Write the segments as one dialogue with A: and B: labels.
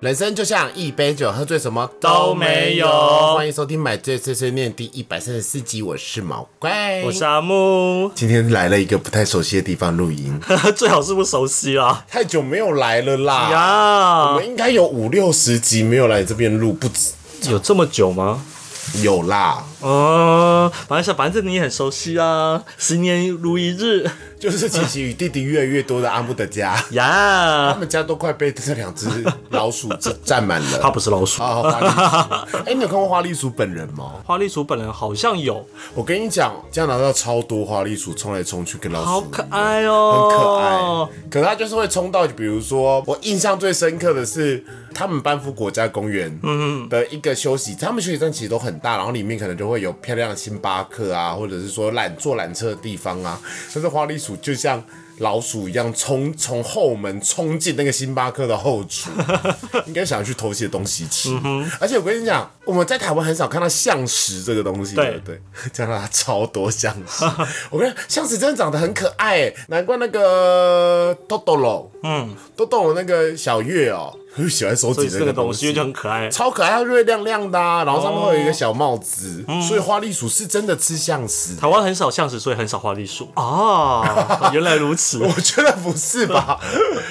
A: 人生就像一杯酒，喝醉什么
B: 都没有
A: 欢迎收听《买醉碎碎念》第一百三十四集，我是毛怪，
B: 我是阿木，
A: 今天来了一个不太熟悉的地方录音，
B: 最好是不熟悉 啦。
A: 太久没有来了啦。我
B: 呀，
A: 们应该有五六十集没有来这边录，不止
B: 有这么久吗？
A: 有啦，
B: 嗯，反正想，反正你也很熟悉啊，十年如一日
A: 就是琪琪与弟弟越来越多的阿木的 家，他
B: 呀。
A: 们家都快被这两只老鼠占占满了。
B: 他不是老鼠，
A: 啊，花栗 鼠！哎、你有看过花栗鼠本人吗？
B: 花栗鼠本人好像有，
A: 我跟你讲，加拿大超多花栗鼠冲来冲去，跟老鼠
B: 好可
A: 一样
B: 爱
A: 很
B: 哦，
A: 可爱。可是它就是会冲到，比如说我印象最深刻的是他们班夫国家公园嗯的一个休息，他们休息站其实都很大，然后里面可能就会有漂亮的星巴克啊，或者是说缆坐缆车的地方啊。但是花栗鼠就像。老鼠一样冲从后门冲进那个星巴克的后厨， 应该想要去偷些东西吃。而且我跟你讲，我们在台湾很少看到象食这个东西，
B: 对
A: 对不 对，加拿大超多象石， 我跟你讲，象石真的长得很可爱欸，难怪那个豆豆龙，嗯，豆豆龙那个小月哦， 很喜欢收
B: 所
A: 集
B: 以是
A: 那
B: 这哦
A: 个
B: 个
A: 东
B: 东西
A: 西
B: 就。很可爱。
A: 超可爱，它就会亮亮的、啊，然后上面会有一个小帽子，
B: 嗯
A: 所以花栗鼠是真的 吃象食。
B: 台湾很少象石，所以很少花栗鼠啊。原来如 此，
A: 我觉得不是 吧？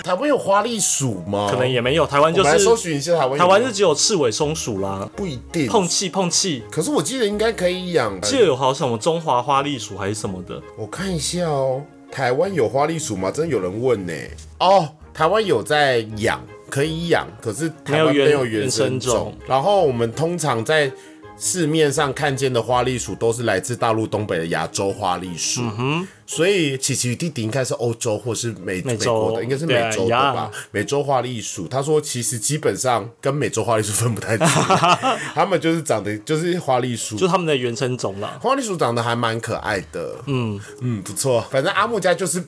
A: 台湾有花栗鼠吗？
B: 可能也没有。台湾就
A: 我们来搜
B: 是
A: 寻一下台湾有没有。
B: 台湾是只有刺尾松鼠啦，
A: 不一定，
B: 碰气碰气，
A: 可是我记得应该可以养。
B: 记得有好像什么中华花栗鼠还是什么的，
A: 我看一下哦，台湾有花栗鼠吗？真的有人问呢、哦，台湾有在养，可以养，可是台湾
B: 没有原
A: 没有原生
B: 原生
A: 种
B: 种。
A: 然后我们通常在市面上看见的花栗鼠都是来自大陆东北的亚洲花栗鼠。
B: 嗯
A: 所以琪琪与弟弟应该是欧洲或是美
B: 美洲
A: 国的，应该是美洲的
B: 对啊
A: 吧？美洲花栗鼠，他说其实基本上跟美洲花栗鼠分不太 出来，他们就是长得就是花栗鼠，
B: 就是他们的原生种啦。
A: 花栗鼠长得还蛮可爱的，嗯嗯，不错。反正阿木家就是。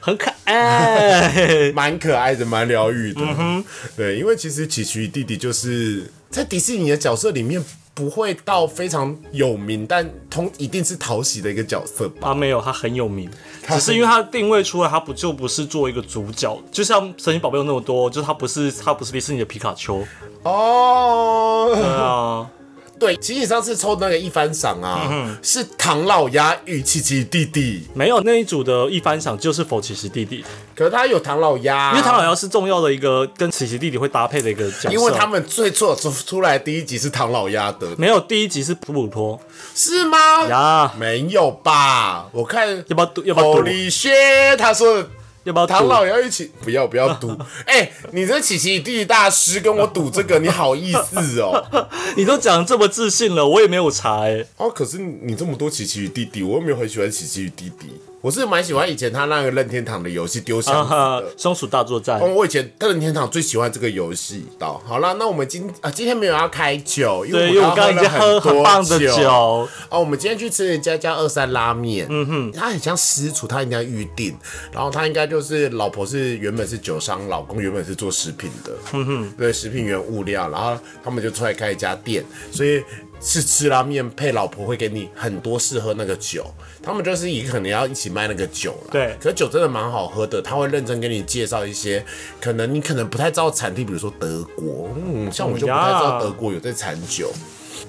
B: 很可爱
A: 蛮可爱的，蛮疗愈的。
B: 嗯
A: 对，因为其实琪琪弟弟就是在迪士尼的角色里面不会到非常有名，但通一定是讨喜的一个角色吧。
B: 啊他没有，他很有名，
A: 很
B: 只是因为他定位出来，他不就不是做一个主角，就像神奇宝贝有那么多，就是他不是他不是迪士尼的皮卡 丘，
A: 哦，
B: 对啊，
A: 对，其实你上次抽的那个一番赏
B: 嗯
A: 啊，是唐老鸭与琪琪弟弟，
B: 没有那一组的一番赏就是否奇奇弟弟，啊
A: 可是他有唐老鸭，
B: 因为唐老鸭是重要的一个跟奇奇弟弟会搭配的一个角色，
A: 因为他们最初出出来第一集是唐老鸭的，
B: 没有第一集是普普托
A: 是吗？
B: 嗯呀，
A: 没有吧？我看
B: 要不要赌？ 要不要赌？
A: Holy shit！他说的
B: 要不要
A: 哦唐
B: 赌？
A: 老要一起， 不要不要赌。哎、你这琪琪地理大师跟我赌这个，你好意思哦？
B: 你都讲得这么自信了，我也没有查哎、
A: 哦，可是你这么多琪琪与弟弟，我又没有很喜欢琪琪与弟弟。我是蛮喜欢以前他那个任天堂的游戏丢
B: 啊
A: 箱子
B: 哈
A: 的。，
B: 松鼠大作战
A: 哦，，我以前任天堂最喜欢这个游戏。到好啦，那我们今啊今天没有要开酒，因
B: 对，
A: 为
B: 因为我
A: 我
B: 刚
A: 刚
B: 刚已经喝
A: 很
B: 很
A: 多
B: 棒的酒，
A: 哦，我们今天去吃人家叫二三拉面，嗯哼，他很像私厨，他应该预定，然后他应该就是老婆是原本是酒商，老公原本是做食品的，嗯哼，对，食品原物料，然后他们就出来开一家店，所以是吃拉面配老婆会给你很多适合那个酒，他们就是也可能要一起卖那个酒了，
B: 对
A: 可是酒真的蛮好喝的，他会认真给你介绍一些可能你可能不太知道产地，比如说德国，嗯，像我就不太知道
B: 呀
A: 德国有在产酒，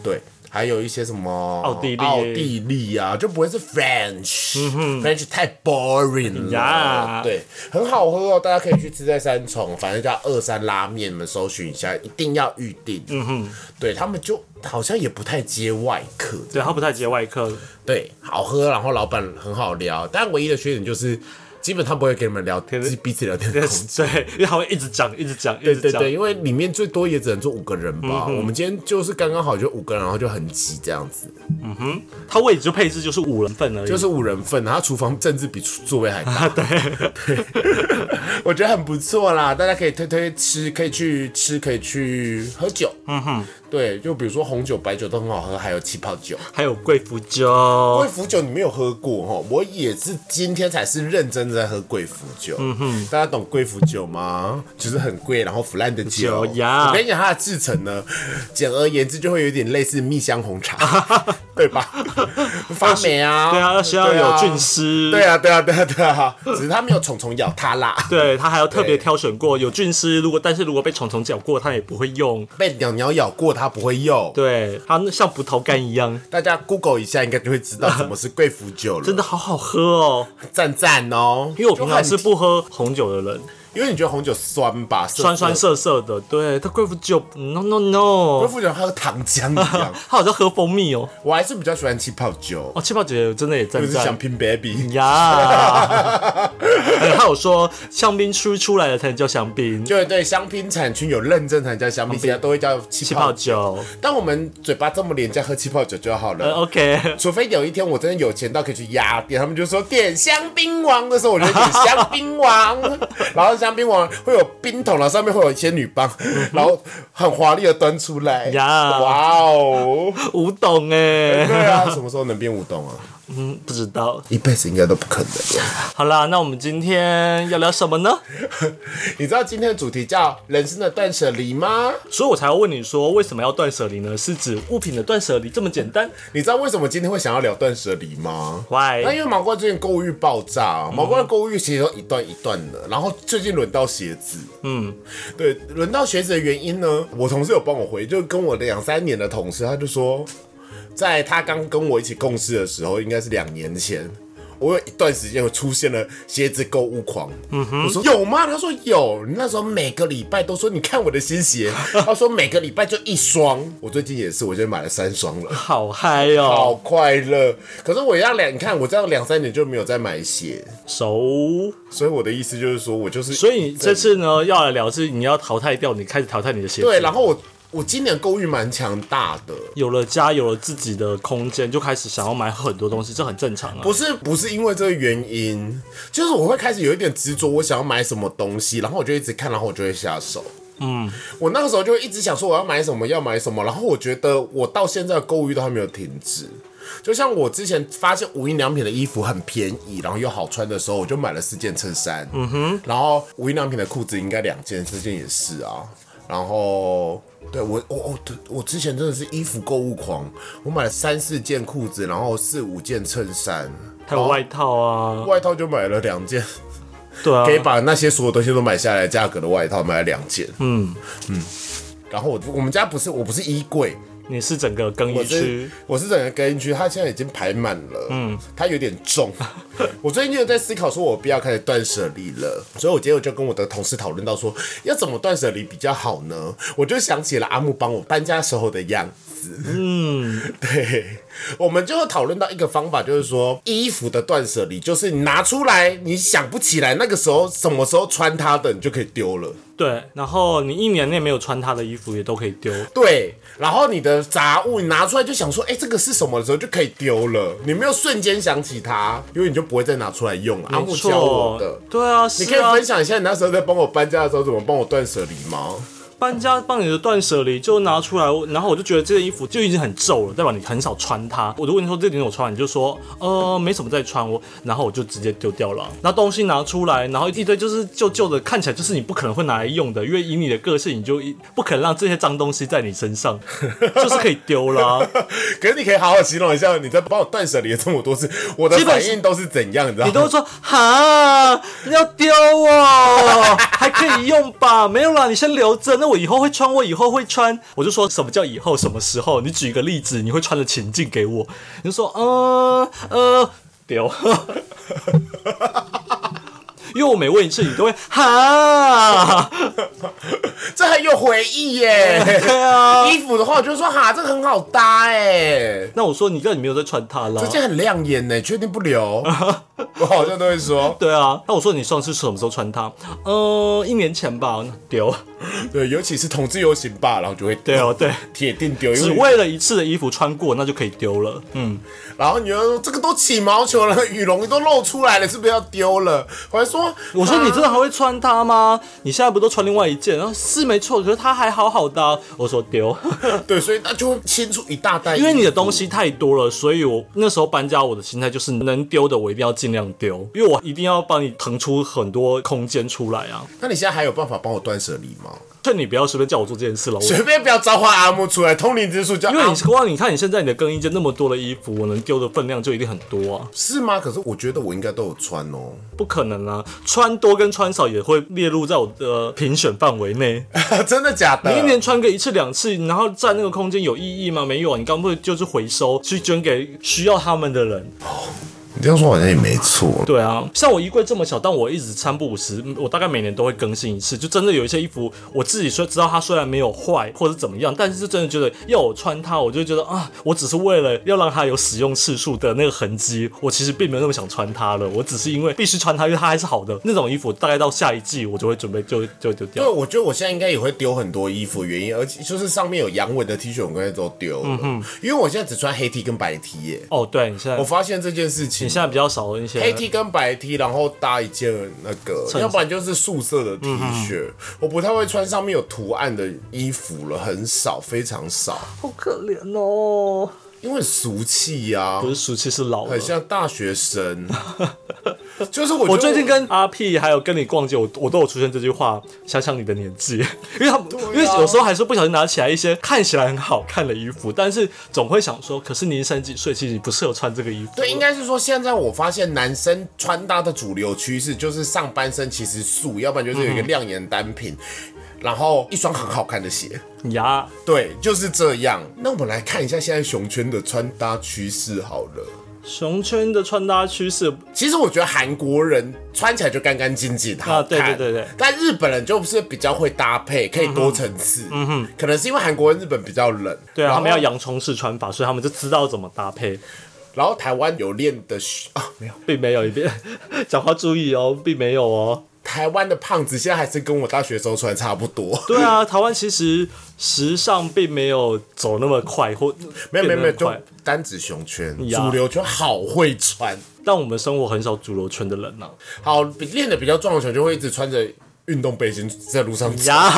A: 对。还有一些什么
B: 奥地利嗯
A: 奥地利啊，就不会是 French，French、太 boring 了。
B: 呀
A: 对，很好喝哦，大家可以去吃在三重，反正叫二三拉面，你们搜寻一下，一定要预定。嗯哼，对他们就好像也不太接外客，
B: 对他不太接外客，
A: 对，好喝，然后老板很好聊，但唯一的缺点就是基本他不会给你们聊天，
B: 对
A: 彼此聊天的空 间。
B: 对，因为他会一直讲，一直讲，一
A: 对
B: 直
A: 对
B: 讲。
A: 对，因为里面最多也只能坐五个人
B: 嗯
A: 吧。我们今天就是刚刚好就五个人，然后就很挤这样子。
B: 他位置就配置就是五人份而已，
A: 就是五人份，然后厨房甚至比厨座位还大。对， 我觉得很不错啦，大家可以推推吃，可以去吃，可以去喝酒。嗯哼，对，就比如说红酒、白酒都很好喝，还有气泡酒。
B: 还有贵妇酒
A: 贵。腐酒你没有喝过哈，我也是今天才是认真的在喝贵腐酒。嗯哼，大家懂贵腐酒吗？就是很贵，然后腐烂的酒。
B: 酒呀
A: 我跟你讲，它的制成呢，简而言之就会有点类似蜜香红 茶，对吧？发霉啊，
B: 对啊，而且要
A: 对
B: 有
A: 啊
B: 菌丝，
A: 对啊，对啊，对啊，对啊，只是它没有虫虫咬它啦，
B: 对他还要特别
A: 对
B: 挑选过有菌丝，如果但是如果被虫虫咬过，他也不会用。
A: 被鸟鸟咬过它不会用。
B: 对，它那像葡萄干一样，
A: 大家 Google 一下，应该就会知道什么是贵腐酒了。
B: 真的好好喝哦。
A: 赞赞哦，
B: 因为我平常
A: 就是很，
B: 不喝红酒的人，
A: 因为你觉得红酒酸吧，涩
B: 酸酸
A: 涩
B: 涩涩的。对，它贵腐酒，no no
A: 贵
B: no，，
A: 腐酒它和糖浆一样
B: 它好像喝蜂蜜哦。
A: 我还是比较喜欢气泡酒，
B: 哦，气泡姐真的也
A: 就
B: 赞
A: 是香
B: 赞。
A: 槟 baby，
B: 呀，
A: 嗯
B: 哎还有说香槟出出来了才叫香 槟，
A: 就对香槟产区有认证才叫香槟，其他都会叫
B: 气
A: 气
B: 泡
A: 泡酒。
B: 酒。
A: 但我们嘴巴这么廉价，喝气泡酒就好
B: 呃
A: 了。
B: ，OK，
A: 除非有一天我真的有钱到可以去压店，他们就说点香槟王的时候，我就点香槟王，然后香槟王会有冰桶，然后上面会有一些女棒，然后很华丽的端出来。
B: 呀
A: 哇哦！
B: 吴董
A: 对
B: 哎，
A: 啊，什么时候能变舞动啊？
B: 嗯，不知道。
A: 一辈子应该都不可能。
B: 好啦，那我们今天要聊什么呢？
A: 你知道今天的主题叫人生的断舍离吗？
B: 所以我才要问你说，为什么要断舍离呢？是指物品的断舍离这么简单
A: 你知道为什么今天会想要聊断舍离吗？那
B: ？Why？
A: 因为毛怪最近购物欲爆炸，啊毛怪的购物欲其实都一段一段的，然后最近轮到鞋子，嗯，对，轮到鞋子的原因呢，我同事有帮我回，就跟我的两三年的同事，他就说，在他刚跟我一起共事的时候，应该是两年前。我有一段时间我出现了鞋子购物狂，嗯哼，我说有吗？他说有，你那时候每个礼拜都说你看我的新鞋，他说每个礼拜就一双，我最近也是，我就买了三双了。
B: 好嗨
A: 好
B: 哦，
A: 快乐。可是我要两，你看我这样两三年就没有再买鞋，
B: 熟。
A: 所以我的意思就是说我就是，
B: 所以你这次呢，要来聊是你要淘汰掉，你开始淘汰你的鞋子。
A: 对，然后我我今年购物欲蛮强大的。
B: 有了家，有了自己的空间，就开始想要买很多东西，这很正常啊。
A: 不是不是因为这个原因，就是我会开始有一点执着，我想要买什么东西，然后我就一直看，然后我就会下手。嗯，我那个时候就会一直想说我要买什么，要买什么，然后我觉得我到现在的购物欲都还没有停止。就像我之前发现无印良品的衣服很便宜，然后又好穿的时候，我就买了四件衬衫。嗯哼，然后无印良品的裤子应该两件，这件也是啊。然后对我，我我对我之前真的是衣服购物狂，我买了三四件裤子，然后四五件衬衫，
B: 还有外套啊，
A: 外套就买了两件，
B: 对啊
A: 可，以把那些所有东西都买下来，价格的外套买了两件。嗯嗯，然后我我们家不是我不是衣柜，
B: 你是整个更衣
A: 我是
B: 区，
A: 我是整个更衣区，它现在已经排满了，嗯，它有点 重。我最近就在思考，说我必要开始断舍离了，所以我今天我就跟我的同事讨论到说，要怎么断舍离比较好呢？我就想起了阿木帮我搬家时候的样子，嗯， 对，我们就讨论到一个方法，就是说衣服的断舍离，就是你拿出来，你想不起来那个时候什么时候穿它的，你就可以丢了。
B: 对。然后你一年内没有穿他的衣服也都可以丢，
A: 对，然后你的杂物你拿出来就想说，哎、这个是什么的时候就可以丢了，你没有瞬间想起它，因为你就不会再拿出来用了。啊阿
B: 没
A: 木教我
B: 错
A: 的，，
B: 对啊，
A: 你
B: 是
A: 可以
B: 啊。
A: 分享一下你那时候在帮我搬家的时候怎么帮我断舍离吗？
B: 搬家帮你的断舍离就拿出来，然后我就觉得这件衣服就已经很皱了，代表你很少穿它。我如果你说这件我穿，你就说呃没什么在穿我，然后我就直接丢掉了。那东西拿出来，然后一堆就是旧旧的，看起来就是你不可能会拿来用的，因为以你的个性，你就一不可能让这些脏东西在你身上， 就是可以丢啦。
A: 可是你可以好好形容一下你在帮我断舍离了这么多次，我的
B: 基本
A: 反
B: 是
A: 应都是怎样，你知道
B: 你都
A: 吗
B: 会？说哈要丢哦，还可以用吧？没有啦，你先留着，那我以后会穿，我以后会穿。我就说什么叫以后，什么时候？你举一个例子，你会穿的情境给我，你就说呃呃丢。因为我每问一次，你都会哈，
A: 这很有回忆耶。
B: 对啊。
A: 衣服的话，我就说哈，这个很好搭哎，
B: 那我说你这你没有在穿它啦
A: 这。件很亮眼呢，确定不 留？我好像都会说，
B: 对啊，那我说你上次什么时候穿它？呃，一年前吧，丢。
A: 对，尤其是同志游行吧，然后就会
B: 对哦，对，
A: 铁定丢，因
B: 只
A: 为
B: 为了一次的衣服穿过，那就可以丢了。嗯，
A: 然后你就说这个都起毛球了，羽绒都露出来了，是不是要丢了？我还说，
B: 我说你真的还会穿它吗？你现在不都穿另外一件？然后是没没错，可是它还好好的啊、我说丢，
A: 对，所以那就会清出一大袋，
B: 因为你的东西太多了，所以我那时候搬家，我的心态就是能丢的我一定要尽量丢，因为我一定要帮你腾出很多空间出来啊。
A: 那你现在还有办法帮我断舍离吗？
B: 趁你不要随便叫我做这件事了，我
A: 随便不要召唤阿木出来，通灵之术叫
B: 因为
A: 阿
B: 你
A: 木
B: 是哇，你看你现在你的更衣间那么多的衣服，我能丢的分量就一定很多啊，
A: 是吗？可是我觉得我应该都有穿哦。
B: 不可能啊，穿多跟穿少也会列入在我的评选范围内。
A: 真的假的？
B: 你一年穿个一次两次，然后占那个空间有意义吗？没有啊，你刚不是就是回收去捐给需要他们的人？
A: 你这样说好像也没错。
B: 对啊，像我衣柜这么小，但我一直三不五时，我大概每年都会更新一次。就真的有一些衣服，我自己虽知道它虽然没有坏或者怎么样，但是就真的觉得要我穿它，我就觉得啊，我只是为了要让它有使用次数的那个痕迹，我其实并没有那么想穿它了。我只是因为必须穿它，因为它还是好的那种衣服，大概到下一季我就会准备就就丢
A: 对，
B: 掉。
A: 我觉得我现在应该也会丢很多衣服，原因而且就是上面有阳痿的 T 恤，我刚才都丢了。因为我现在只穿黑 T 跟白 T 耶。
B: 哦，对你现在
A: 我发现这件事情
B: 你，现在比较少一些
A: 黑 T 跟白 T，然后搭一件那个，
B: 啊衫嗯
A: 要不然就是素色的 T 恤。我不太会穿上面有图案的衣服了，很少，非常少，
B: 好可怜哦，
A: 因为很俗气呀、
B: 不是暑期是老了
A: 很。像大学 生。就是我觉得
B: 我最近跟阿 P 还有跟你逛街，我我都有出现这句话，想想你的年纪，因为他们、
A: 啊
B: 因为有时候还是不小心拿起来一些看起来很好看的衣服，但是总会想说，可是你三十几岁，其实你不适合穿这个衣服。
A: 对，应该是说现在我发现男生穿搭的主流趋势就是上半身其实素，要不然就是有一个亮眼单品，
B: 嗯
A: 然后一双很好看的鞋。
B: 呀，
A: 对，就是这样。那我们来看一下现在熊圈的穿搭趋势好了。
B: 熊圈的穿搭趋势，
A: 其实我觉得韩国人穿起来就干干净净，好看
B: 啊对对对对
A: 但日本人就是比较会搭配，可以多层次。嗯哼，可能是因为韩国跟日本比较冷，
B: 对啊，
A: 然
B: 他
A: 后
B: 们要洋葱式穿法，所以他们就知道怎么搭配，
A: 然后台湾有练的胸啊，没有。
B: 并没有一边 讲话注意哦，并没有哦。
A: 台湾的胖子现在还是跟我大学时候穿差不多。
B: 对啊，台湾其实时尚并没有走那么快，或
A: 没有没有没有，
B: 变得那么
A: 就
B: 快
A: 单指熊圈，
B: 呀
A: 主流圈好会穿，
B: 但我们生活很少主流圈的人 啊呐、
A: 好比练的比较壮的熊就会一直穿着运动背心在路上走，
B: 呀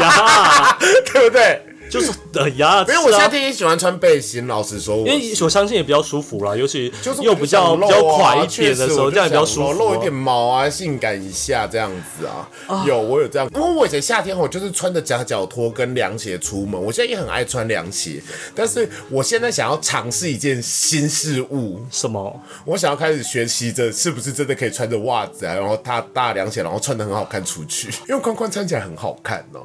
B: 呀，
A: 对不对？
B: 就是啊的呀，
A: 因为我
B: 是啊
A: 夏天也喜欢穿背心，老实说我
B: 因为我相信也比较舒服啦，尤其
A: 就是
B: 又
A: 我
B: 比
A: 就
B: 较
A: 想
B: 比
A: 露啊
B: 较垮一点的时候，
A: 确实我就
B: 这样比较
A: 想
B: 舒服
A: 露
B: 啊。
A: 一点毛啊，性感一下这样子啊。有我有这样，因为我以前夏天我就是穿着夹脚拖跟凉鞋出门，我现在也很爱穿凉鞋，但是我现在想要尝试一件新事物，
B: 什么？
A: 我想要开始学习着是不是真的可以穿着袜子啊，然后搭大凉鞋，然后穿的很好看出去， 因为宽宽穿起来很好看哦、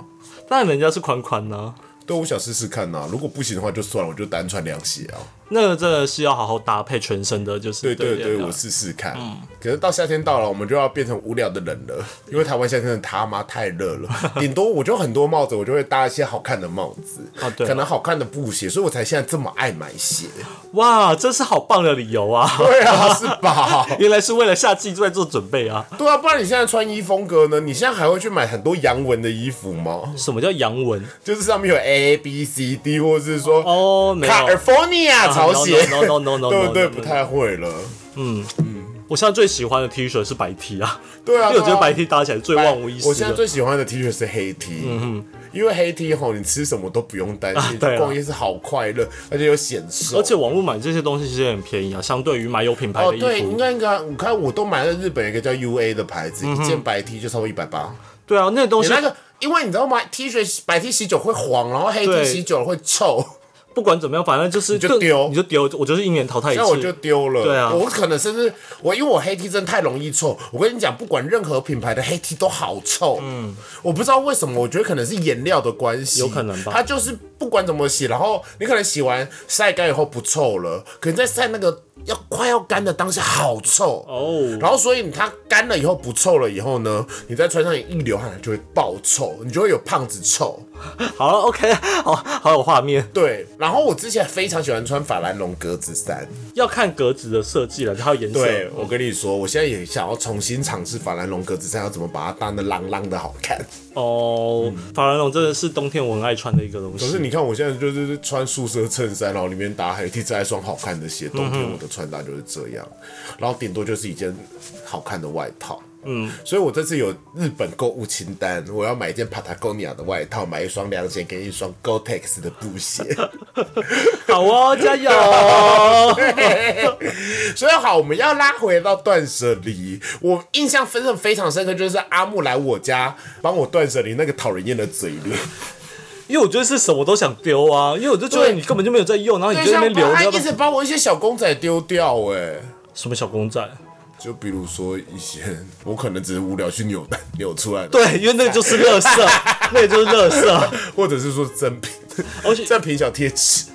B: 但人家是款款呢、
A: 对，我想试试看呐、啊如果不行的话就算了，我就单穿凉鞋啊。
B: 那个真的是要好好搭配全身的，就是啊
A: 对对对，
B: 呀
A: 我试试看。
B: 嗯
A: 可是到夏天到了，我们就要变成无聊的人了，因为台湾夏天真的他妈太热了。 顶多我就很多帽子，我就会搭一些好看的帽子，
B: 啊对啊
A: 可能好看的布鞋，所以我才现在这么爱买鞋。
B: 哇，这是好棒的理由啊！
A: 对啊，是吧？
B: 原来是为了夏季在做准备啊！
A: 对啊，不然你现在穿衣风格呢？你现在还会去买很多洋文的衣服吗？
B: 什么叫洋文？
A: 就是上面有 A B C D，或者是说
B: 哦没有啊
A: California 潮鞋
B: no, no, no, no, no, no,
A: 对不对？
B: no, no, no.
A: 不太会了。
B: 我现在最喜欢的 T 恤是白 T 啊，
A: 对啊，
B: 因为我觉
A: 对
B: 得
A: 啊
B: 白 T 搭起来最万无一
A: 我
B: 失
A: 现在
B: 啊的。嗯
A: 最喜欢的 T 恤是黑 T，因为黑 T 吼，你吃什么都不用担
B: 啊
A: 心，
B: 对啊
A: 逛夜市好快乐，而且又显瘦。
B: 而且网络买这些东西其实也很便宜啊，相对于买有品牌
A: 哦，
B: 的衣
A: 对，应
B: 服，
A: 该应该，你看我都买了日本一个叫 U A 的牌
B: 嗯
A: 子，一件白 T 就超过一百八。
B: 对啊，那些东
A: 你
B: 西
A: 那个，因为你知道吗？T 恤白 T 洗久会黄，然后黑
B: 对
A: T 洗久了会臭，
B: 不管怎么样，反正就是你
A: 就丢
B: 你就丢，我就是一年淘汰一次。
A: 那我就丢了。
B: 对啊
A: 我可能甚至我因为我黑 T 真的太容易臭，我跟你讲，不管任何品牌的黑 T 都好臭。嗯，我不知道为什么，我觉得可能是颜料的关系，
B: 有可能吧
A: 它就是不管怎么洗，然后你可能洗完晒干以后不臭了，可能在晒那个要快要干的当下好臭。
B: 哦
A: 然后，所以它干了以后不臭了以后呢，你再穿上一流汗就会爆臭，你就会有胖子臭。
B: 好了，OK，好 好有画面。
A: 对，然后我之前非常喜欢穿法兰绒格子衫，
B: 要看格子的设计了，还有颜色。
A: 对，我跟你说，我现在也想要重新尝试法兰绒格子衫，要怎么把它搭的朗朗的好看。
B: 哦，法兰绒真的是冬天我很爱穿的一个东
A: 嗯可
B: 西。
A: 是你看，我现在就是穿素色衬衫，然后里面搭黑 T，再一双好看的鞋。冬天我的穿搭就是这样，然后顶多就是一件好看的外套。嗯，所以我这次有日本购物清单，我要买一件 Patagonia 的外套，买一双凉鞋，跟一双 Gore-Tex 的布鞋。
B: 好哦，加油！
A: 所以好，我们要拉回到断舍离。我印象非常非常深刻，就是阿木来我家帮我断舍离那个讨人厌的嘴脸。
B: 因为我觉得是什么都想丢啊，因为我就觉得
A: 对
B: 你根本就没有在用，然后你
A: 对，
B: 就在那
A: 像
B: 边留
A: 他
B: 着
A: 一直把我一些小公仔丢掉、哎，
B: 什么小公仔。
A: 就比如说一些我可能只是无聊去扭蛋扭出来的，
B: 对，因为那就是垃 圾，那就是垃圾，
A: 或者是说赠品，
B: 而且
A: 赠品小贴纸。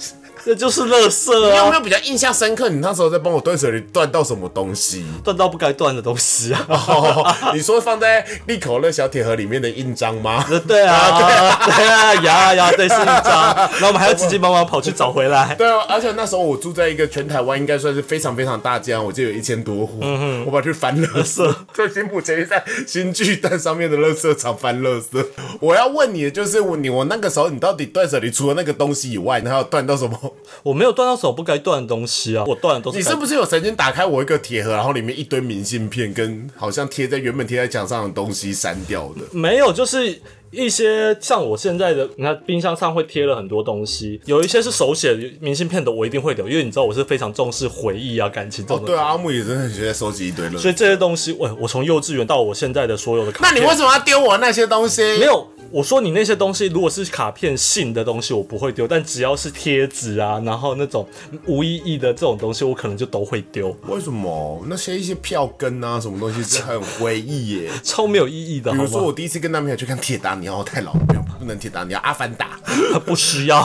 B: 那就是垃圾
A: 你有没
B: 啊！
A: 有比较印象深刻？你那时候在帮我断舍离断到什么东西？
B: 断到不该断的东西啊！
A: 哦，你说放在利口乐小铁盒里面的印章吗？
B: 对啊，对啊，呀呀，对，是一张，然后我们还要急急忙忙跑去找回来。
A: 对啊，而且那时候我住在一个全台湾应该算是非常非常大家，我记得有一千多户，
B: 嗯
A: 我跑去翻垃 圾，在新浦捷运站新巨蛋上面的垃圾场翻垃圾。我要问你的就是，我你我那个时候你到底断舍离除了那个东西以外，你还有断到什 么？
B: 我没有断到手不该断的东西啊，我断的都是
A: 你
B: 该
A: 是不是有曾经打开我一个铁盒，然后里面一堆明信片跟好像贴在原本贴在墙上的东西删掉的？
B: 没有，就是一些像我现在的，你看冰箱上会贴了很多东西，有一些是手写明信片的，我一定会留，因为你知道我是非常重视回忆啊、感情这
A: 哦
B: 种，
A: 对
B: 东西。
A: 啊，阿木也真的很喜欢收集一堆垃
B: 所以
A: 圾。
B: 这些东西，我我从幼稚园到我现在的所有的卡
A: 那
B: 片，
A: 你为什么要丢我那些东西？
B: 没有，我说你那些东西，如果是卡片信的东西，我不会丢；但只要是贴纸啊，然后那种无意义的这种东西，我可能就都会丢，
A: 为什么那些一些票根啊，什么东西是 很回忆耶？
B: 超没有意义的，
A: 比
B: 好
A: 如说
B: 吗？
A: 我第一次跟男朋友去看《铁达尼号》，太老了，没有不能《铁达尼号》，《阿凡达
B: 不需要，》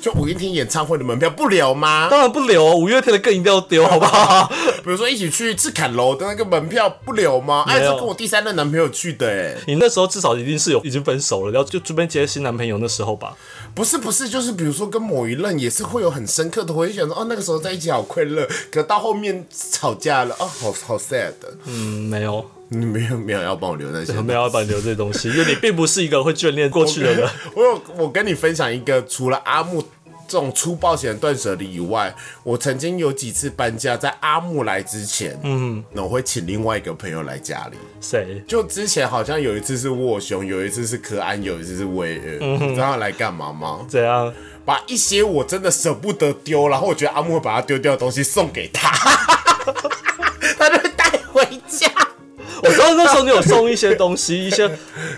A: 就五月天演唱会的门票不聊吗？
B: 当然不留、哦，五月天的更一定要丢，好 不好？
A: 比如说一起去赤坎楼的那个门票不聊吗？哎，
B: 没
A: 是
B: 有
A: 跟我第三任男朋友去的哎，
B: 你那时候至少一定是有已经分手了，然后就准备接新男朋友那时候吧。
A: 不是不是，就是比如说跟某一任也是会有很深刻的回忆，想说哦那个时候在一起好快乐，可到后面吵架了，哦好好 sad，
B: 嗯，没有，
A: 你 没有没有要帮我留那些
B: 没有要把你留这些 东西，因为你并不是一个会眷恋过去的人。
A: 我有我跟你分享一个，除了阿木这种粗暴型的断舍离以外，我曾经有几次搬家，在阿木来之前，嗯，那我会请另外一个朋友来家里。
B: 谁？
A: 就之前好像有一次是沃熊，有一次是可安，有一次是威尔，
B: 嗯
A: 你知道他来干嘛吗？
B: 怎样？
A: 把一些我真的舍不得丢，然后我觉得阿木会把它丢掉的东西送给 他，他就会带回家。
B: 我知道那时候你有送一些东西，一些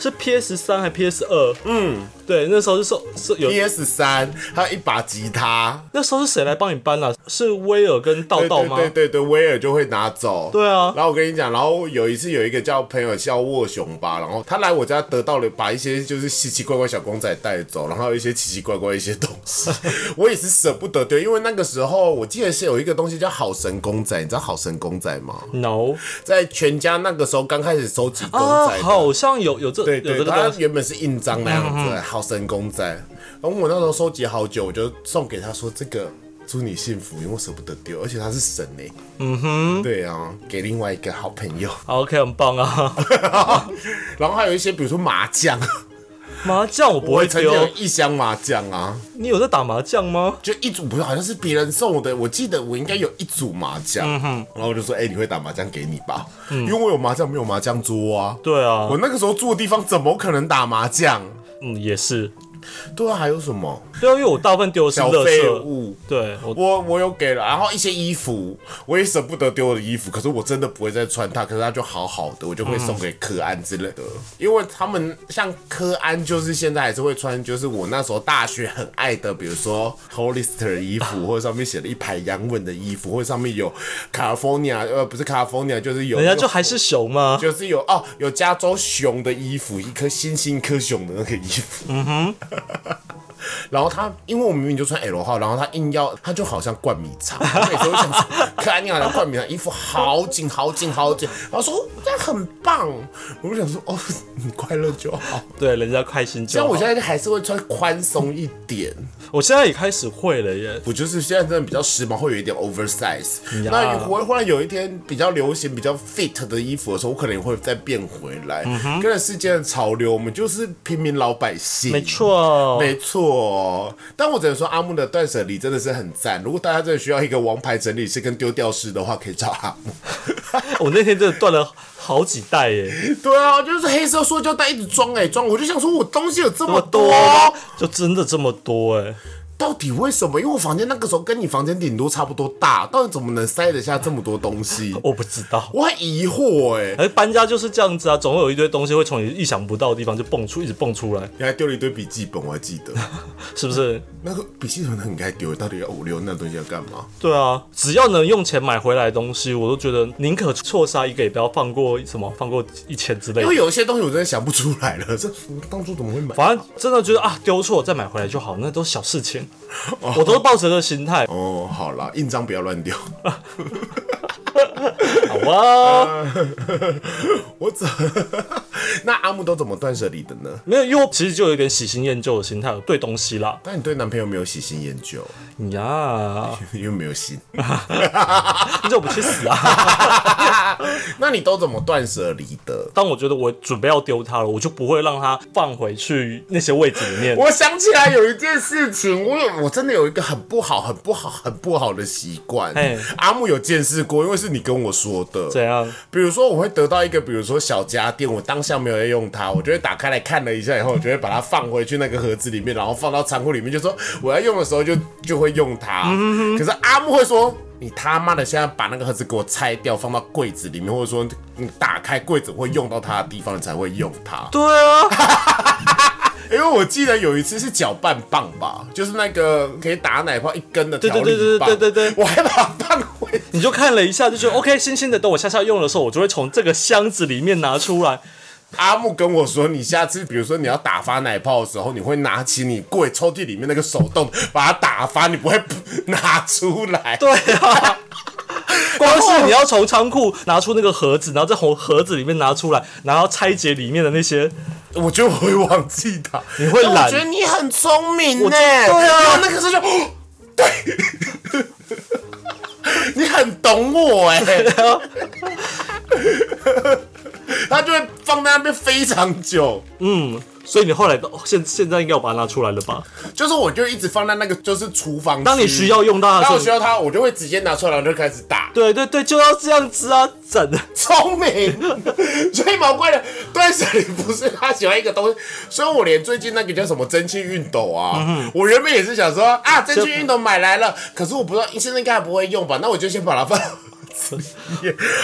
B: 是 PS 三还 PS 二？嗯，对，那时候是送是有
A: PS 三，还有一把吉他，
B: 那时候是谁来帮你搬了、是威尔跟道道吗？
A: 对对对对，威尔就会拿走。
B: 对啊
A: 然后我跟你讲，然后有一次有一个叫朋友叫沃熊吧，然后他来我家得到了把一些就是奇奇怪怪小公仔带走，然后还有一些奇奇怪怪一些东 西，我也是舍不得丢，因为那个时候我记得是有一个东西叫好神公仔，你知道好神公仔吗？
B: No
A: 在全家那个时候刚开始收集公
B: 啊
A: 仔，的。
B: 好像有有这
A: 对
B: 有这
A: 对，
B: 个
A: 它
B: 东西，嗯
A: 原本是印章那样子，好神公仔。然后我那时候收集好久，我就送给他说这个。祝你幸福，因为我舍不得丢，而且他是神呢、嗯哼，对啊，给另外一个好朋友，
B: 好 OK 很棒啊！
A: 然后还有一些，比如说麻将，
B: 麻将我不
A: 我
B: 会
A: 曾经有
B: 丢，
A: 一箱麻将啊，
B: 你有在打麻将吗？
A: 就一组，不是好像是别人送我的，我记得我应该有一组麻将，
B: 嗯
A: 然后我就说，哎、你会打麻将，给你吧，因为我有麻将，没有麻将桌啊，
B: 对啊
A: 我，那个时候住的地方怎么可能打麻将？
B: 嗯也是，
A: 对啊，还有什么
B: 对啊，因为我大部分丢的是
A: 小
B: 垃
A: 废
B: 圾，
A: 物？
B: 对我
A: 我我有给了，然后一些衣服，我也舍不得丢我的衣服，可是我真的不会再穿它，可是它就好好的，我就会送给柯安之类的，因为他们像柯安就是现在还是会穿，就是我那时候大学很爱的，比如说 Hollister 的衣服，或者上面写了一排洋文的衣服，或者上面有 California 呃不是 California 就是有
B: 人家就还是熊吗？
A: 就是有哦，有加州熊的衣服，一颗星星一颗熊的那个衣服。嗯哼。然后他，因为我明明就穿 L 号，然后他硬要，他就好像灌米肠。我每次都想说，看你好像灌米肠，衣服好紧好紧好紧。然后说哦这样很棒，我就想说哦，你快乐就好。
B: 对，人家开心就
A: 但
B: 好。
A: 我现在还是会穿宽松一点，
B: 我现在也开始会了耶，
A: 我就是现在真的比较时髦，会有一点 oversize。那我忽然有一天比较流行、比较 fit 的衣服的时候，我可能也会再变回
B: 嗯
A: 来，跟着世界的潮流，我们就是平民老百姓。
B: 没。错，
A: 没错，哦。但我只能说，阿木的断舍离真的是很赞。如果大家真的需要一个王牌整理师跟丢掉师的话，可以找阿 木。
B: 我那天真的断了好几袋耶，
A: 对啊，就是黑色塑胶袋一直装哎、装，我就想说我东西有这
B: 这
A: 么
B: 么
A: 多
B: 多，，就真的这么多哎。
A: 到底为什么？因为我房间那个时候跟你房间顶多差不多大，到底怎么能塞得下这么多东西？
B: 我不知道。
A: 我很疑惑哎、
B: 而搬家就是这样子啊，总会有一堆东西会从你意想不到的地方就蹦出，一直蹦出来，
A: 你还丢了一堆笔记本，我还记得
B: 是不是？
A: 那个笔记本很该丢，到底要我留那东西要干嘛？
B: 对啊，只要能用钱买回来的东西，我都觉得宁可错杀一个，也不要放过什么放过一千之类
A: 因
B: 的
A: 为。有一些东西我真的想不出来了，哎这我当初怎么会买？
B: 反正真的觉得啊，丢错再买回来就好，那都是小事情。我都是抱着这个心态，
A: 哦，好啦，印章不要乱丢。
B: 好啊，
A: 我怎？ 那阿木都怎么断舍离的呢？
B: 没有，因为我其实就有一点喜新厌旧的心态，对东西啦，
A: 但你对男朋友没有喜新厌旧，
B: 呀，
A: 因为没有心。
B: 你叫我们去死啊！
A: 那你都怎么断舍离的？
B: 当我觉得我准备要丢它了，我就不会让它放回去那些位置里面。
A: 我想起来有一件事情，我有我真的有一个很不好、很不好、很不好的习惯
B: 嘿。
A: 阿木有见识过，因为是你跟我说的。
B: 怎样？
A: 比如说我会得到一个，比如说小家电，我当下没有在用它，我就会打开来看了一下，以后我就会把它放回去那个盒子里面，然后放到仓库里面，就说我要用的时候就就会用它。可是阿木会说。你他妈的现在把那个盒子给我拆掉，放到柜子里面，或者说你打开柜子会用到它的地方，你才会用它。
B: 对啊，
A: 因为我记得有一次是搅拌棒吧，就是那个可以打奶泡一根的调理棒，
B: 对对对对对对对
A: 我还把它放回
B: 你就看了一下，就觉得 OK，新鲜的。等我下下用的时候，我就会从这个箱子里面拿出来。
A: 阿木跟我说，你下次比如说你要打发奶泡的时候，你会拿起你柜抽屉里面那个手动把它打发，你不会 拿出来。
B: 对啊，光是你要从仓库拿出那个盒子，然后再从盒子里面拿出来，然后拆解里面的那些。
A: 我觉得我会忘记它。
B: 你会懒
A: 但我觉得你很聪明呢。
B: 我对啊
A: 然后那个时候就， 哦对，你很懂我哎。
B: 啊
A: 他就会放在那边非常久。
B: 所以你后来都现现在应该有把它拿出来了吧？
A: 就是我就一直放在那个就是厨房区，
B: 当你需要用到
A: 当
B: 它
A: 我
B: 的
A: 需
B: 时候，
A: 要它，我就会直接拿出来，然后就开始打。
B: 对对对，就要这样子啊，整的。
A: 聪明，所以毛怪的断舍离不是他喜欢一个东西，所以我连最近那个叫什么蒸汽熨斗啊，
B: 嗯
A: 我原本也是想说啊，蒸汽熨斗买来了，可是我不知道现在应该还不会用吧，那我就先把它放。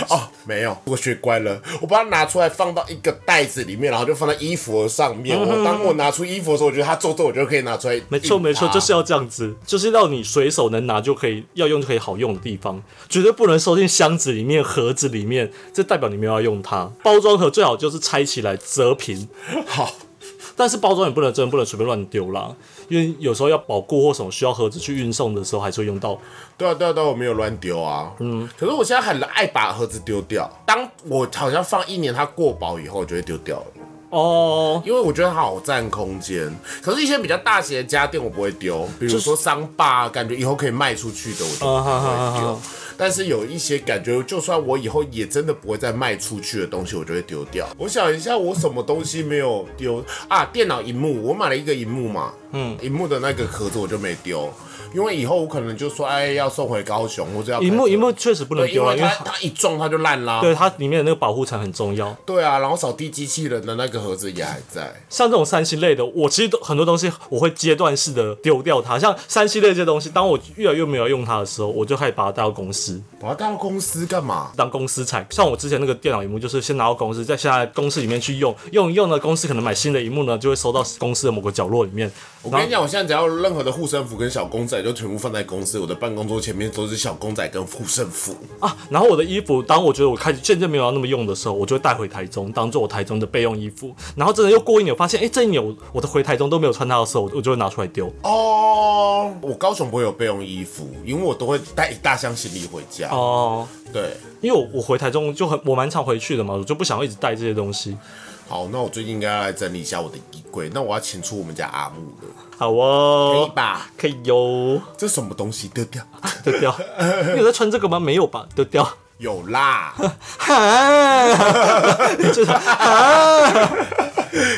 A: 哦，没有，我学乖了，我把它拿出来放到一个袋子里面，然后就放在衣服上面。我当我拿出衣服的时候，我觉得它皱皱，我就可以拿出来。
B: 没错没错，就是要这样子，就是让你随手能拿就可以，要用就可以好用的地方，绝对不能收进箱子里面、盒子里面，这代表你没有要用它。包装盒最好就是拆起来折平，
A: 好。
B: 但是包装也不能真的不能随便乱丢啦，因为有时候要保固或什么需要盒子去运送的时候，还是会用到。
A: 对啊，对啊，对啊，我没有乱丢啊。嗯，可是我现在很爱把盒子丢掉。当我好像放一年它过保以后，我就会丢掉了，
B: 哦，
A: 因为我觉得它好占空间。可是，一些比较大型的家电我不会丢，比如说桑巴，感觉以后可以卖出去的，我就
B: 啊
A: 不
B: 哈哈
A: 会
B: 哈
A: 丢。
B: 哈
A: 但是有一些感觉，就算我以后也真的不会再卖出去的东西，我就会丢掉。我想一下，我什么东西没有丢啊？电脑荧幕，我买了一个荧幕嘛，嗯，荧幕的那个壳子我就没丢，因为以后我可能就说，哎，要送回高雄或者要
B: 荧
A: 开
B: 幕
A: 车
B: 荧幕确实不能
A: 对，因
B: 丢了，啊
A: 为
B: 因为
A: 它它一撞它就烂啦。
B: 对它里面的那个保护层很重要。
A: 对啊，然后扫地机器人的那个盒子也还在。
B: 像这种三星类的，我其实都很多东西我会阶段式的丢掉它。像三星类这些东西，当我越来越没有用它的时候，我就开始把它带到公司
A: 我要带到公司干嘛？
B: 当公司采。像我之前那个电脑荧幕，就是先拿到公司，再下来公司里面去用，用一用呢，公司可能买新的荧幕呢，就会收到公司的某个角落里面。
A: 我跟你讲，我现在只要有任何的护身符跟小公仔，就全部放在公司我的办公桌前面，都是小公仔跟护身符。
B: 啊，然后我的衣服，当我觉得我开始渐渐没有要那么用的时候，我就会带回台中，当做我台中的备用衣服。然后真的又过一年，我发现哎，这一年我我的回台中都没有穿它的时候，我我就会拿出来丢。
A: 哦，我高雄不会有备用衣服，因为我都会带一大箱行李回家。
B: 哦、
A: 对，
B: 因为我我回台中就很我蛮常回去的嘛，我就不想要一直带这些东西。
A: 好，那我最近应该要来整理一下我的衣柜，那我要请出我们家阿木了，
B: 好
A: 可以
B: 哦，
A: 吧？
B: 可以哟，
A: 这什么东西丢掉？
B: 丢 掉。你有在穿这个吗？没有吧，丢 掉。
A: 有啦。
B: 哈，你就是哈，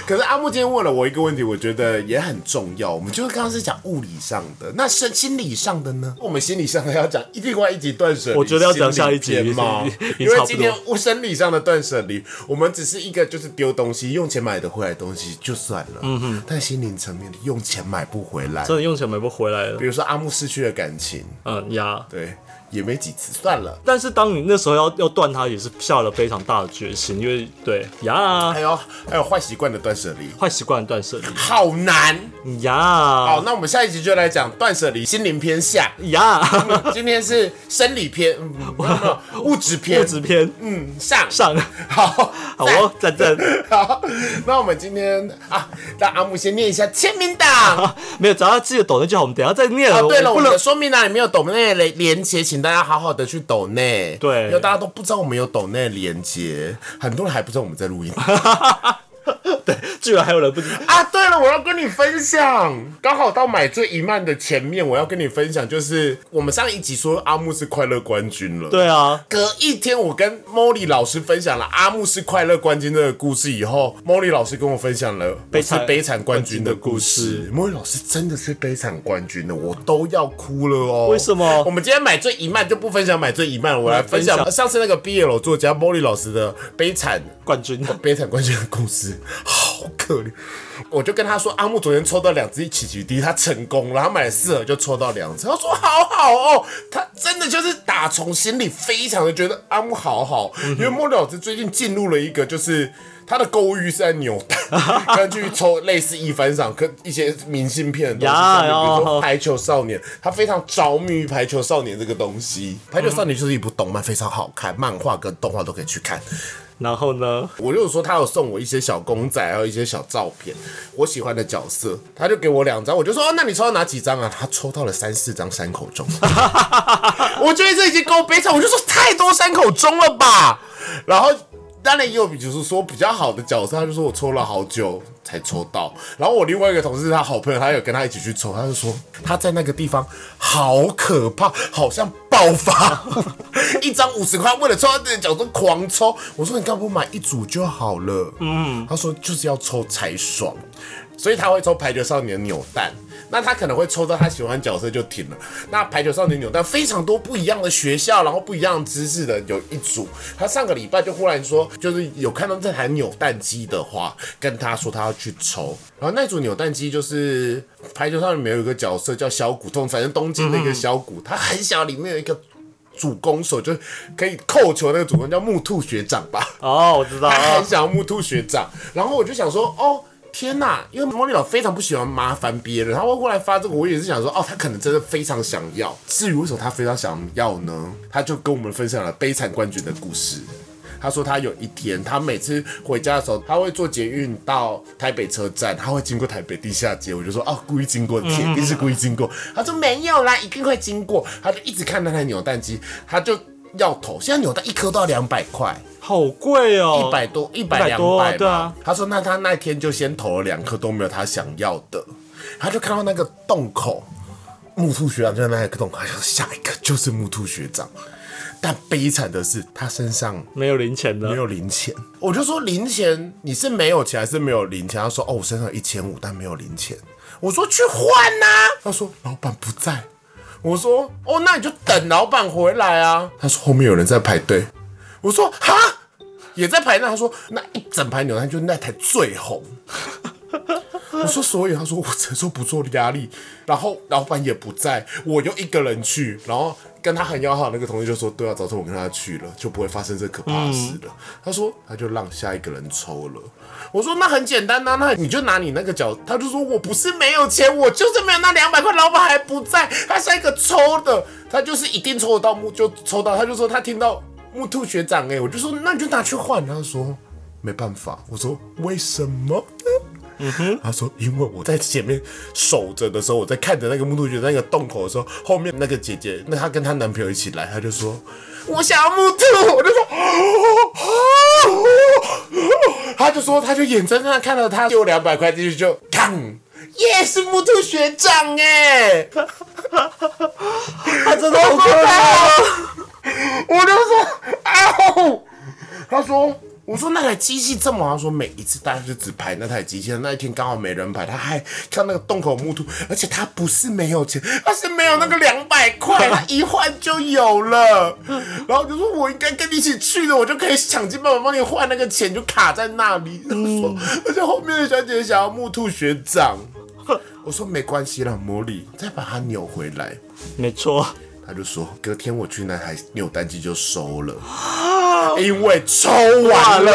A: 可是阿木今天问了我一个问题，我觉得也很重要。我们就是刚刚是讲物理上的，那身心理上的呢？我们心理上的要讲另外一集断舍离，
B: 我觉得要讲下一集
A: 心理篇吗
B: 已经？
A: 因为
B: 差不多
A: 今天我生理上的断舍离，我们只是一个就是丢东西，用钱买得回来的东西就算了。嗯哼，但心灵层面的用钱买不回来，
B: 真的用钱买不回来了
A: 比。如说阿木失去了感情，
B: 嗯呀，
A: 对，也没几次，算了。
B: 但是当你那时候要要断它，也是下了非常大的决心，因为对呀
A: 还，有还有坏习惯的断舍离，
B: 坏习惯断舍
A: 好难。
B: 离呀
A: 好，
B: 嗯
A: 那我们下一集就来讲断舍离心灵篇下。
B: 呀，
A: 今天是生理篇，嗯，没有没有物质篇，
B: 物质篇
A: 嗯，上
B: 上，
A: 好，
B: 好哦，赞赞，
A: 好，那我们今天啊，让阿木先念一下签名档。
B: 啊没有，只要记得抖那就好，我们等一下再念
A: 啊
B: 了，，
A: 对了，我
B: 不
A: 们
B: 能
A: 的。说明栏里面有抖内的连接，请大家好好的去抖内。
B: 对
A: 因为大家都不知道我们有抖内连接，很多人还不知道我们在录音。
B: 对， 居然还有人不知道，
A: 啊，对了，我要跟你分享，刚好到买醉一漫的前面，我要跟你分享，就是我们上一集说阿木是快乐冠军了，。
B: 对啊，
A: 隔一天，我跟 Molly 老师分享了阿木是快乐冠军这个故事以后，Molly 老师跟我分享了
B: 悲
A: 我是
B: 惨
A: 悲惨冠军的故事。Molly 老师真的是悲惨冠军的，我都要哭了哦。
B: 为什么
A: 我们今天买醉一漫就不分享买醉一漫，我来分享
B: 分享
A: 上次那个 BL 作家 Molly 老师的悲惨
B: 冠军，
A: 悲惨冠军的故事， 好可怜。我就跟他说，阿木昨天抽到两只起起滴，他成功了，他买了四盒就抽到两只。他说好好哦，他真的就是打从心里非常的觉得阿木好好，因为莫老师最近进入了一个就是。他的购物欲是在扭蛋，跟去抽类似一番赏跟一些明信片的东西
B: 呀
A: 上面，比如说
B: 哦
A: 排球少年，他非常着迷于排球少年这个东
B: 嗯
A: 西。排球少年就是一部动漫，非常好看，漫画跟动画都可以去看。
B: 然后呢，
A: 我就有说他有送我一些小公仔，还有一些小照片，我喜欢的角色，他就给我两张，我就说、哦那你抽到哪几张啊？他抽到了三四张山口钟， 我觉得这已经够悲惨，我就说太多山口钟了吧。然后当然也有，比如说比较好的角色，他就说我抽了好久才抽到。然后我另外一个同事，他好朋友，他有跟他一起去抽，他就说他在那个地方好可怕，好像爆发，一张五十块，为了抽到这个角色狂抽。我说你干嘛不买一组就好了？嗯，他说就是要抽才爽。所以他会抽排球少年扭蛋，那他可能会抽到他喜欢的角色就停了。那排球少年扭蛋非常多不一样的学校，然后不一样的知识的有一组，他上个礼拜就忽然说，就是有看到这台扭蛋机的话，跟他说他要去抽，然后那组扭蛋机就是排球少年里面有一个角色叫小骨痛，反正东京的一个小骨，他很小，里面有一个。主攻手就是可以扣球那个主攻叫木兔学长吧，
B: 哦，我知道
A: 他很
B: 啊，
A: 想要木兔学长，然后我就想说，哦。天呐，因为莫莉老非常不喜欢麻烦别人，他会过来发这个，我也是想说，哦，他可能真的非常想要。至于为什么他非常想要呢？他就跟我们分享了悲惨冠军的故事。他说他有一天，他每次回家的时候，他会坐捷运到台北车站，他会经过台北地下街。我就说哦，故意经过，铁定是故意经过。他说没有啦，一定会经过。他就一直看那台扭蛋机，他就要投。现在扭蛋一颗都要两百块。
B: 好贵哦，
A: 一百多，一百
B: 100
A: 两
B: 多啊
A: 百
B: 对啊。
A: 他说那他那天就先投了两颗都没有他想要的，他就看到那个洞口，木兔学长就在那个洞口，他想下一个就是木兔学长。但悲惨的是，他身上
B: 没有零钱的，
A: 没有零钱。我就说零钱，你是没有钱还是没有零钱？他说哦，我身上一千五，但没有零钱。我说去换呐、他说老板不在。我说哦，那你就等老板回来啊。他说后面有人在排队。我说哈，也在排那。他说那一整排扭蛋就那台最红。我说，所以他说我承受不住的压力，然后老板也不在，我又一个人去，然后跟他很要好的那个同事就说，对啊，早知道我跟他去了，就不会发生这可怕的事了。他说他就让下一个人抽了。我说那很简单呐、那你就拿你那个角，他就说我不是没有钱，我就是没有那两百块，老板还不在，他下一个抽的，他就是一定抽得到木就抽到，他就说他听到木兔学长哎、我就说那你就拿去换，他说没办法，我说为什么呢？他说：“因为我在前面守着的时候，我在看着那个木兔觉得那个洞口的时候，后面那个姐姐，那她跟她男朋友一起来，她就说我想要木兔，我就说，她就说，她就眼睁睁的看到他丢两百块进去就，砰，耶，是木兔学长哎，
B: 他真的好可怜。
A: 我就说，啊、哦，他说。我我说那台机器这么好，他说每一次大家就只排那台机器，那一天刚好没人排，他还看那个洞口木兔，而且他不是没有钱，他是没有那个两百块，他一换就有了。然后就说我应该跟你一起去的，我就可以想尽办法帮你换那个钱，就卡在那里。然后说，而且后面的小姐姐想要木兔学长，我说没关系啦，魔力再把它扭回来。
B: 没错，
A: 他就说隔天我去那台扭蛋机就收 了，因为抽完了，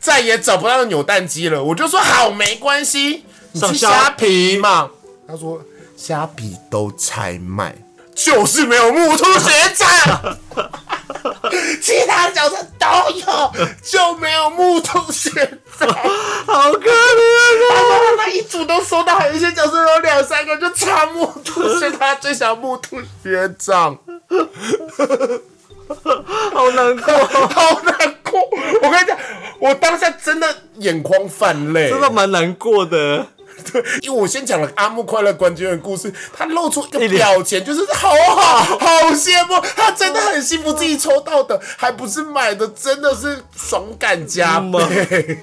A: 再也找不到扭蛋机了。我就说好，没关系，你去
B: 上
A: 虾
B: 虾
A: 皮嘛。他说虾皮都拆卖，就是没有木兔学 长，其他角色都有，就没有木兔学 长。
B: 好可怜啊！
A: 他说他一组都收到，还有一些角色有两三个，就差木兔，所以他最想木兔学长。
B: 好 难 过，
A: 好难过。我跟你讲，我当下真的眼眶泛泪，
B: 真的蛮难过的。
A: 对，因为我先讲了阿木快乐关机的故事，他露出一个
B: 一脸
A: 表情，就是好好好羡慕，他真的很幸福，自己抽到的还不是买的，真的是爽感加
B: 嗯
A: 倍。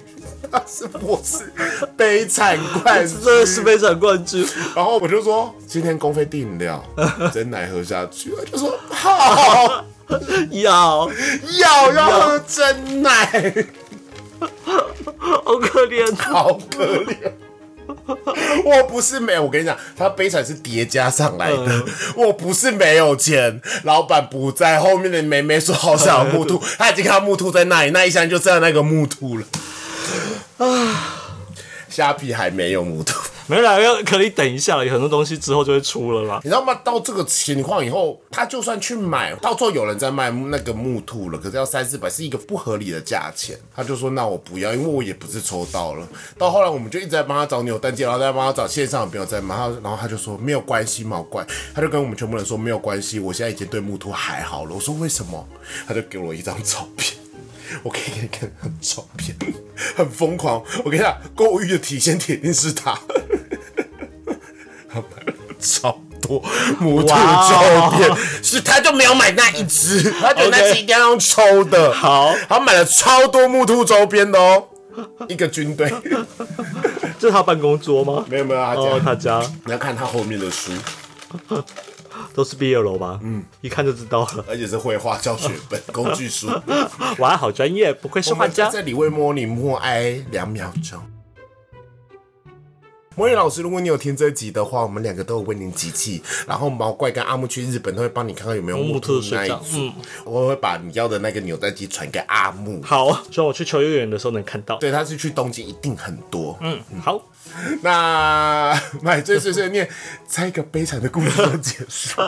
A: 他是不是悲惨冠 军？
B: 真的是非常冠军，
A: 然后我就说今天公费订饮料，真奶喝下去。他就说 好，
B: 要
A: 要要喝真奶。
B: 好可怜，
A: 好可怜。 我不是没有，我跟你讲，他悲惨是叠加上来的。 我不是没有钱，老板不在，后面的妹妹说好想要木兔，他已经看到木兔在那里，那一箱就剩那个木兔了。 啊，虾皮还没有木兔，
B: 没啦，要可以等一下了，有很多东西之后就会出了啦。
A: 你知道吗？到这个情况以后，他就算去买，到最后有人在卖那个木兔了，可是要三四百是一个不合理的价钱，他就说那我不要，因为我也不是抽到了。到后来我们就一直在帮他找扭蛋机，然后再帮他找线上的朋友在买，他然后他就说没有关系，毛怪，他就跟我们全部人说没有关系，我现在已经对木兔还好了。我说为什么？他就给我一张照片。我可以给你看他的照片，很疯狂。我跟你讲，购物欲的体现铁定是他。他买了超多母兔照片，是他就没有买那一只，他觉得那是一定要用抽的。
B: 好
A: 他买了超多木兔周边的哦，一个军队
B: 这是他办公桌吗？
A: 没有没有，他
B: 哦，
A: 讲、
B: 他家
A: 你要看他后面的书，
B: 都是毕业楼吧？嗯，一看就知道了。
A: 而且是绘画教学本、工具书。
B: 哇，好专业，不愧是
A: 我
B: 画
A: 们在
B: 家。
A: 这里为莫妮默哀两秒钟。莫妮老师，如果你有听这集的话，我们两个都有为您集气。然后毛怪跟阿木去日本，都会帮你看看有没有木
B: 木
A: 兔
B: 兔
A: 那一
B: 水
A: 组。我会把你要的那个扭蛋机传给阿木。
B: 嗯好，希望我去球游园的时候能看到。
A: 对，他是去东京，一定很多。
B: 嗯，好，
A: 那买醉碎碎念，在一个悲惨的故事中结 束。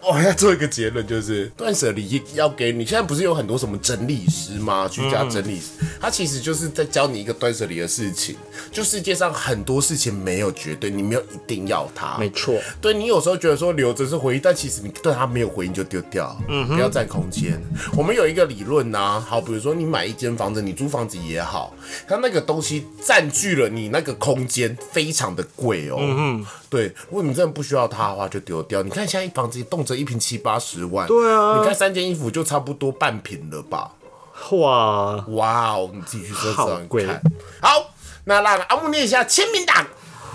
A: 我要做一个结论，就是断舍离要给你。现在不是有很多什么整理师吗？居家整理师，他其实就是在教你一个断舍离的事情。就世界上很多事情没有绝对，你没有一定要它。
B: 没错。
A: 对你有时候觉得说留着是回忆，但其实你对它没有回应就丢掉，嗯，不要占空间。我们有一个理论呐、好，比如说你买一间房子，你租房子也好，它那个东西占据了你那个空间，非常的贵哦。嗯对，如果你真的不需要它的话，就丢掉。你看现在一房子动辄一平七八十万，
B: 对啊
A: 你看三件衣服就差不多半平了吧？
B: 哇，
A: 哇哦，你自己去收
B: 好
A: 藏
B: 贵
A: 看。好，那让阿木念一下签名档。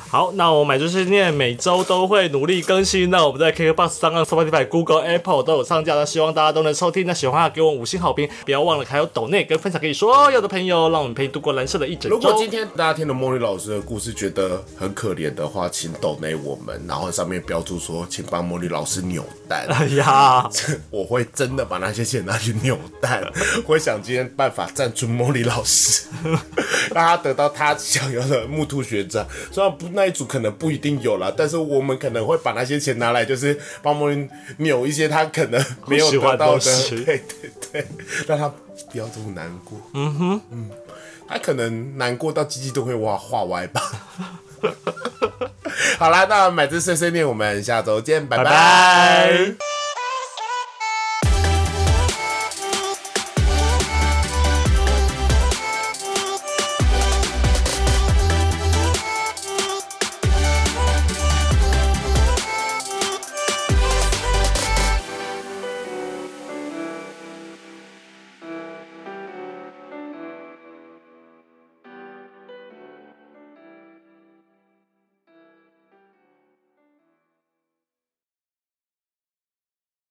B: 好，那我买醉碎念每周都会努力更新。那我们在 KKBox 上、岸 Spotify、Google、Apple 都有上架，那希望大家都能收听。那喜欢的话给我们五星好评，不要忘了还有抖内跟分享给你所有的朋友，让我们陪你度过蓝色的一整
A: 如果
B: 周
A: 今。天大家听了茉莉老师的故事，觉得很可怜的话，请抖内我们，然后上面标注说，请帮茉莉老师扭蛋。
B: 哎呀，
A: 我会真的把那些钱拿去扭蛋，我会想今天办法赞助茉莉老师， 让他得到他想要的木兔学长。虽然不那一组可能不一定有了，但是我们可能会把那些钱拿来，就是帮茉莉扭一些他可能没有
B: 喜
A: 得
B: 欢
A: 到
B: 的东
A: 的，
B: 西
A: 对对对，让他不要这么难过。嗯哼，嗯，他可能难过到鸡鸡都会画画歪 吧。好啦，那买这碎碎念，我们下周见，拜
B: 拜拜
A: 拜